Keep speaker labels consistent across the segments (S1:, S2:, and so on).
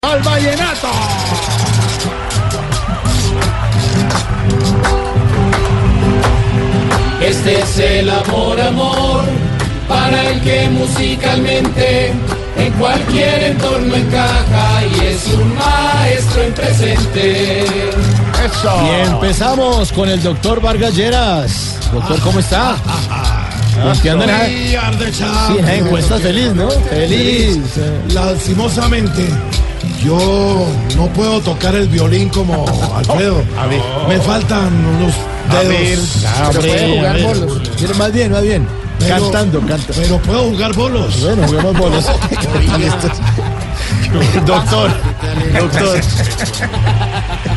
S1: del vallenato.
S2: Este es el amor, amor, para el que musicalmente en cualquier entorno encaja y es un maestro en presente.
S1: Eso.
S3: Y empezamos con el doctor Vargas Lleras. Doctor, ¿cómo está? Ah, Confiando en la- sí,
S4: Y arde
S3: en la encuesta feliz, ¿no? Feliz.
S4: Lastimosamente, yo no puedo tocar el violín como Alfredo. Me faltan unos dedos.
S3: Pero puede
S1: a
S3: jugar
S1: ver.
S3: bolos. Pero más bien, más bien.
S4: Pero-
S3: Cantando, canta.
S4: Pero puedo jugar bolos.
S3: Bueno, juguemos bolos. doctor, doctor.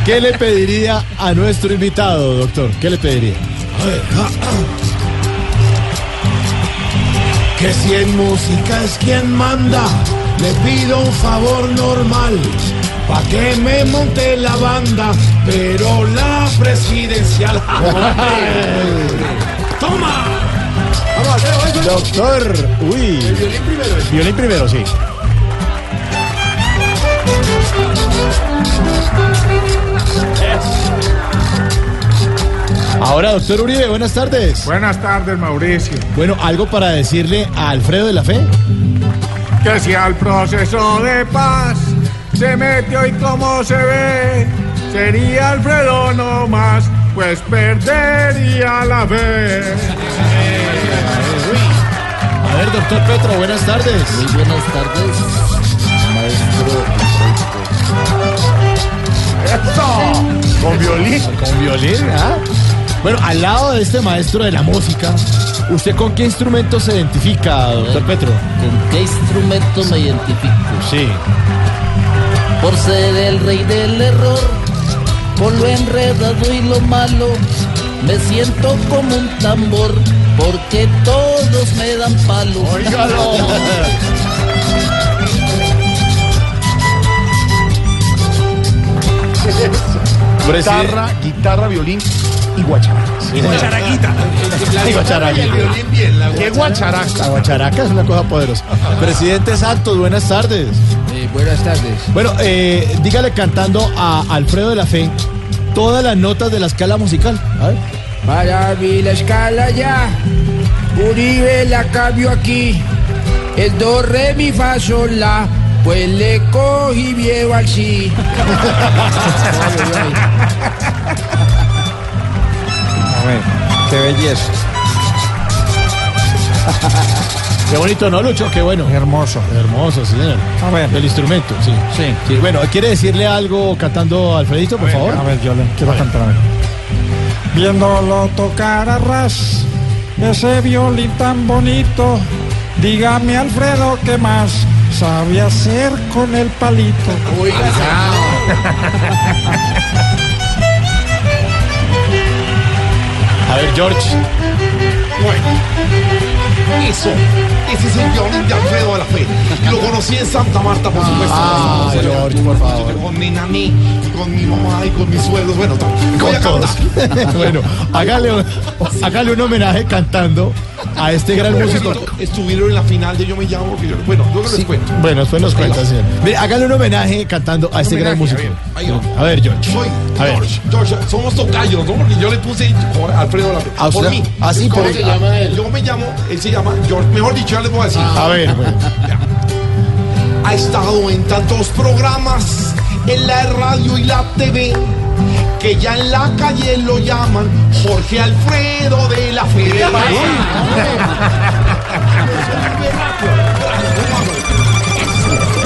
S3: ¿Qué le pediría a nuestro invitado, doctor? ¿Qué le pediría?
S4: A ver. ah. Que si en música es quien manda, le pido un favor normal. Pa' que me monte la banda, pero la presidencial. ¡Toma!
S3: Doctor, uy. Violín primero. Violín primero, sí. Ahora, doctor Uribe, buenas tardes.
S5: Buenas tardes, Mauricio.
S3: Bueno, algo para decirle a Alfredo de la Fe.
S5: Que si al proceso de paz se metió y como se ve, sería Alfredo no más, pues perdería la fe.
S3: A ver, doctor Petro, buenas tardes.
S6: Buenas tardes, maestro.
S5: ¡Eso! Con violín.
S3: Con violín, ¿ah? Bueno, al lado de este maestro de la música, ¿usted con qué instrumento se identifica, doctor Petro?
S6: ¿Con qué instrumento me identifico?
S3: Sí.
S6: Por ser el rey del error, por lo enredado y lo malo, me siento como un tambor, porque todos me dan palo.
S3: Guitarra,
S1: guitarra, violín y guacharaca.
S3: Y guacharaca.
S1: ¿Qué guacharaca?
S3: La guacharaca es una cosa poderosa. Presidente Santos, buenas tardes.
S7: Eh,
S6: buenas tardes.
S3: Bueno, eh, dígale cantando a Alfredo de la Fe todas las notas de la escala musical. A ver.
S8: Para mí la escala ya, Uribe la cambio aquí. El do, re, mi, fa, sol, la, pues le cogí viejo al sí.
S7: Qué belleza.
S3: Qué bonito, ¿no, Lucho? Qué bueno.
S7: Hermoso.
S3: Hermoso, sí, señor.
S7: A ver.
S3: El instrumento, sí.
S7: Sí.
S3: Sí, Bueno, ¿quiere decirle algo cantando Alfredito, por favor?
S7: A ver, yo le quiero cantar a ver. Viéndolo tocar a ras, ese violín tan bonito. Dígame, Alfredo, ¿qué más sabe hacer con el palito?
S3: A ver, George.
S4: Eso, ese es el violín de Alfredo de la Fe. Lo conocí en Santa Marta, por supuesto.
S3: Ah,
S4: Yo-
S3: George, por favor.
S4: Con mi nani, y con mi mamá y con mis suegros. Bueno, to- voy a
S3: todos.
S4: cantar.
S3: bueno, hágale, un- hágale un homenaje cantando a este gran músico.
S4: Estuvieron en la final de Yo Me Llamo. porque yo- bueno, luego les cuento.
S3: Bueno, después nos cuenta, señor. Mire, hágale un homenaje cantando a este gran músico.
S4: Homenaje, a ver, ahí vamos.
S3: A ver, George.
S4: Soy
S3: A ver.
S4: George, George, somos tocayos, ¿no? Porque yo le puse Jorge Alfredo de la Fe.
S3: Ah,
S4: por
S3: usted-
S4: mí.
S3: ah, sí,
S4: ¿Cómo
S3: por-
S4: se
S3: ah.
S4: llama él? Yo me llamo, él se llama George. Mejor dicho, ya les voy a decir.
S3: A ver, bueno.
S4: Ha estado en tantos programas, en la radio y la TV, que ya en la calle lo llaman Jorge Alfredo de la Fe.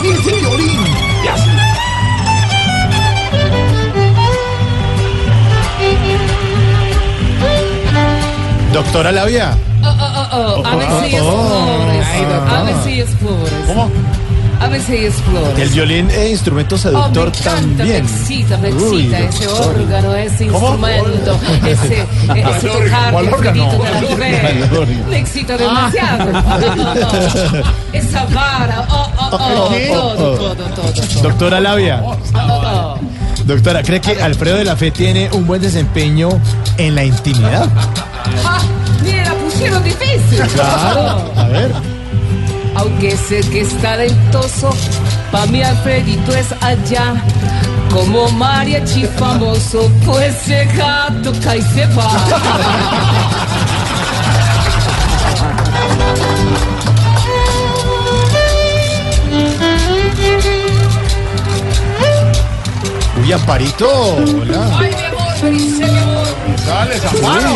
S4: Ese violín, y así.
S3: Doctora Lavia.
S9: Oh, A ver si
S3: Oh,
S9: explores. A ver si explores.
S3: ¿Cómo?
S9: A ver si
S3: El
S9: explores.
S3: violín e instrumento
S9: Oh, me
S3: seductor
S9: encanta, me
S3: también.
S9: excita, me
S3: Uy,
S9: excita ese
S3: doctor.
S9: órgano, ese
S3: ¿Cómo?
S9: instrumento, ese, eh, ese tocar
S3: ¿Cuál órgano?
S9: infinito de la
S3: ¿Cuál
S9: mujer.
S3: órgano?
S9: Me excita demasiado. Esa vara, oh, oh, oh,
S3: ¿Qué?
S9: todo,
S3: Oh, oh.
S9: todo, todo, todo.
S3: Doctora Lavia.
S9: Oh, oh.
S3: Doctora, ¿cree que Alfredo de la Fe tiene un buen desempeño en la intimidad?
S9: Ah, mira, pusieron difícil.
S3: Claro. A ver.
S9: Aunque sé que es talentoso, Pa' mí Alfredito es allá, como mariachi famoso, pues se gato cae y se va.
S3: Uy, Amparito, hola.
S9: Ay, mi amor, Felice, mi amor,
S1: Dale, Zaparo.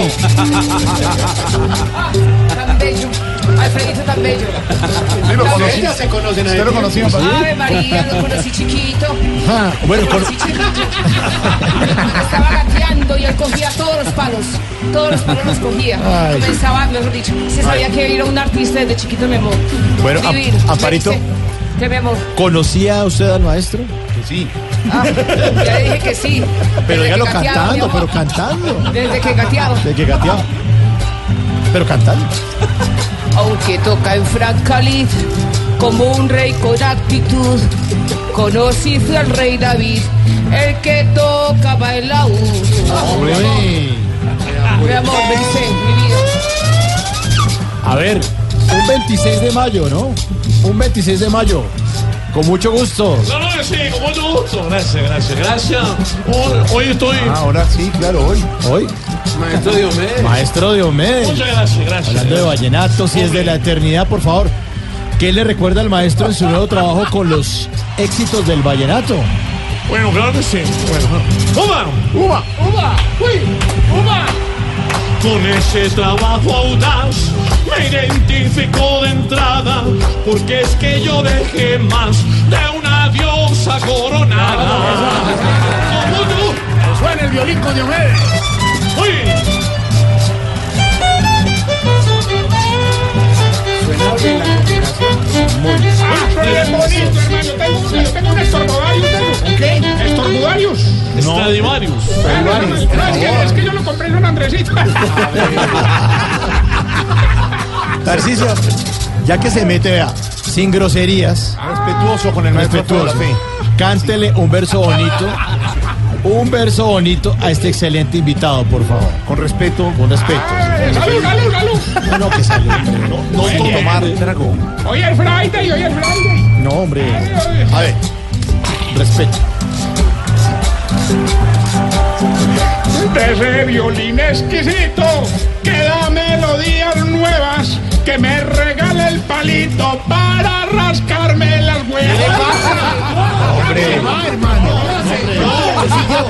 S9: tan bello. Alfredito tan bello.
S1: Sí, lo conocí.
S4: se conocen
S1: Usted lo conocía, Amparito.
S9: Ave María, lo conocí chiquito.
S3: Ah, bueno, con-
S9: Sí, chiquito. Estaba gateando y él cogía todos los palos. Todos los palos los cogía.
S3: Ay.
S9: Yo Pensaba, mejor dicho, se sabía que era un artista desde chiquito, mi amor.
S3: Bueno, a-
S9: Divino.
S3: Amparito.
S9: Sí, sí. ¿Qué, mi amor?
S3: ¿conocía usted al maestro?
S1: Sí.
S9: Ah, ya le dije que sí.
S3: Pero
S9: Desde
S3: dígalo
S9: que gateaba, mi
S3: cantando,
S9: amor.
S3: pero cantando.
S9: Desde que gateaba.
S3: De que gateaba. Pero cantando.
S9: Aunque toca en Francalid como un rey con actitud, conocido al rey David, el que tocaba el laúd.
S3: Hombre.
S9: Mi amor, me dice, mi vida.
S3: A ver, un 26 de mayo, ¿no? Un 26 de mayo. Con mucho gusto.
S10: sí, con mucho gusto. Gracias, gracias, gracias. Hoy, hoy estoy.
S1: Ah, ahora sí, claro, hoy.
S3: Hoy,
S10: Maestro Diomedes.
S3: maestro Diomedes.
S10: Muchas gracias, gracias.
S3: Hablando de vallenato, si es de la eternidad, por favor. ¿Qué le recuerda al maestro en su nuevo trabajo con los éxitos del vallenato?
S10: Bueno, claro que sí. Bueno, ¡Uba! ¡Uba! ¡Uba! ¡Uy! ¡Uba! Con ese trabajo audaz me identifico de entrada, porque es que yo dejé más de una diosa coronada. Como tú.
S4: Suena el violín con Diomedes.
S10: ¡Uy!
S4: Ah, suena bien bonito, hermano. Tengo un, tengo un estorbodario, tengo. ¿Qué? Estornudarius.
S10: Stradivarius.
S4: Ah, no, no, no, no, es, que, es que yo lo compré en un Andresito.
S3: Tarcisio, ya que se mete, vea, sin groserías,
S1: Respetuoso con el maestro de la
S3: respetuoso,
S1: fe.
S3: cántele un verso bonito, un verso bonito a este excelente invitado, por favor.
S1: Con respeto.
S3: Con respeto.
S4: Salud, salud, salud.
S3: No, no, que salió.
S1: No tomar trago.
S4: Hoy es Friday, hoy es Friday.
S3: No, hombre. A ver, respeto.
S4: De ese violín exquisito que da melodías nuevas, que me regala el palito para rascarme las huevas.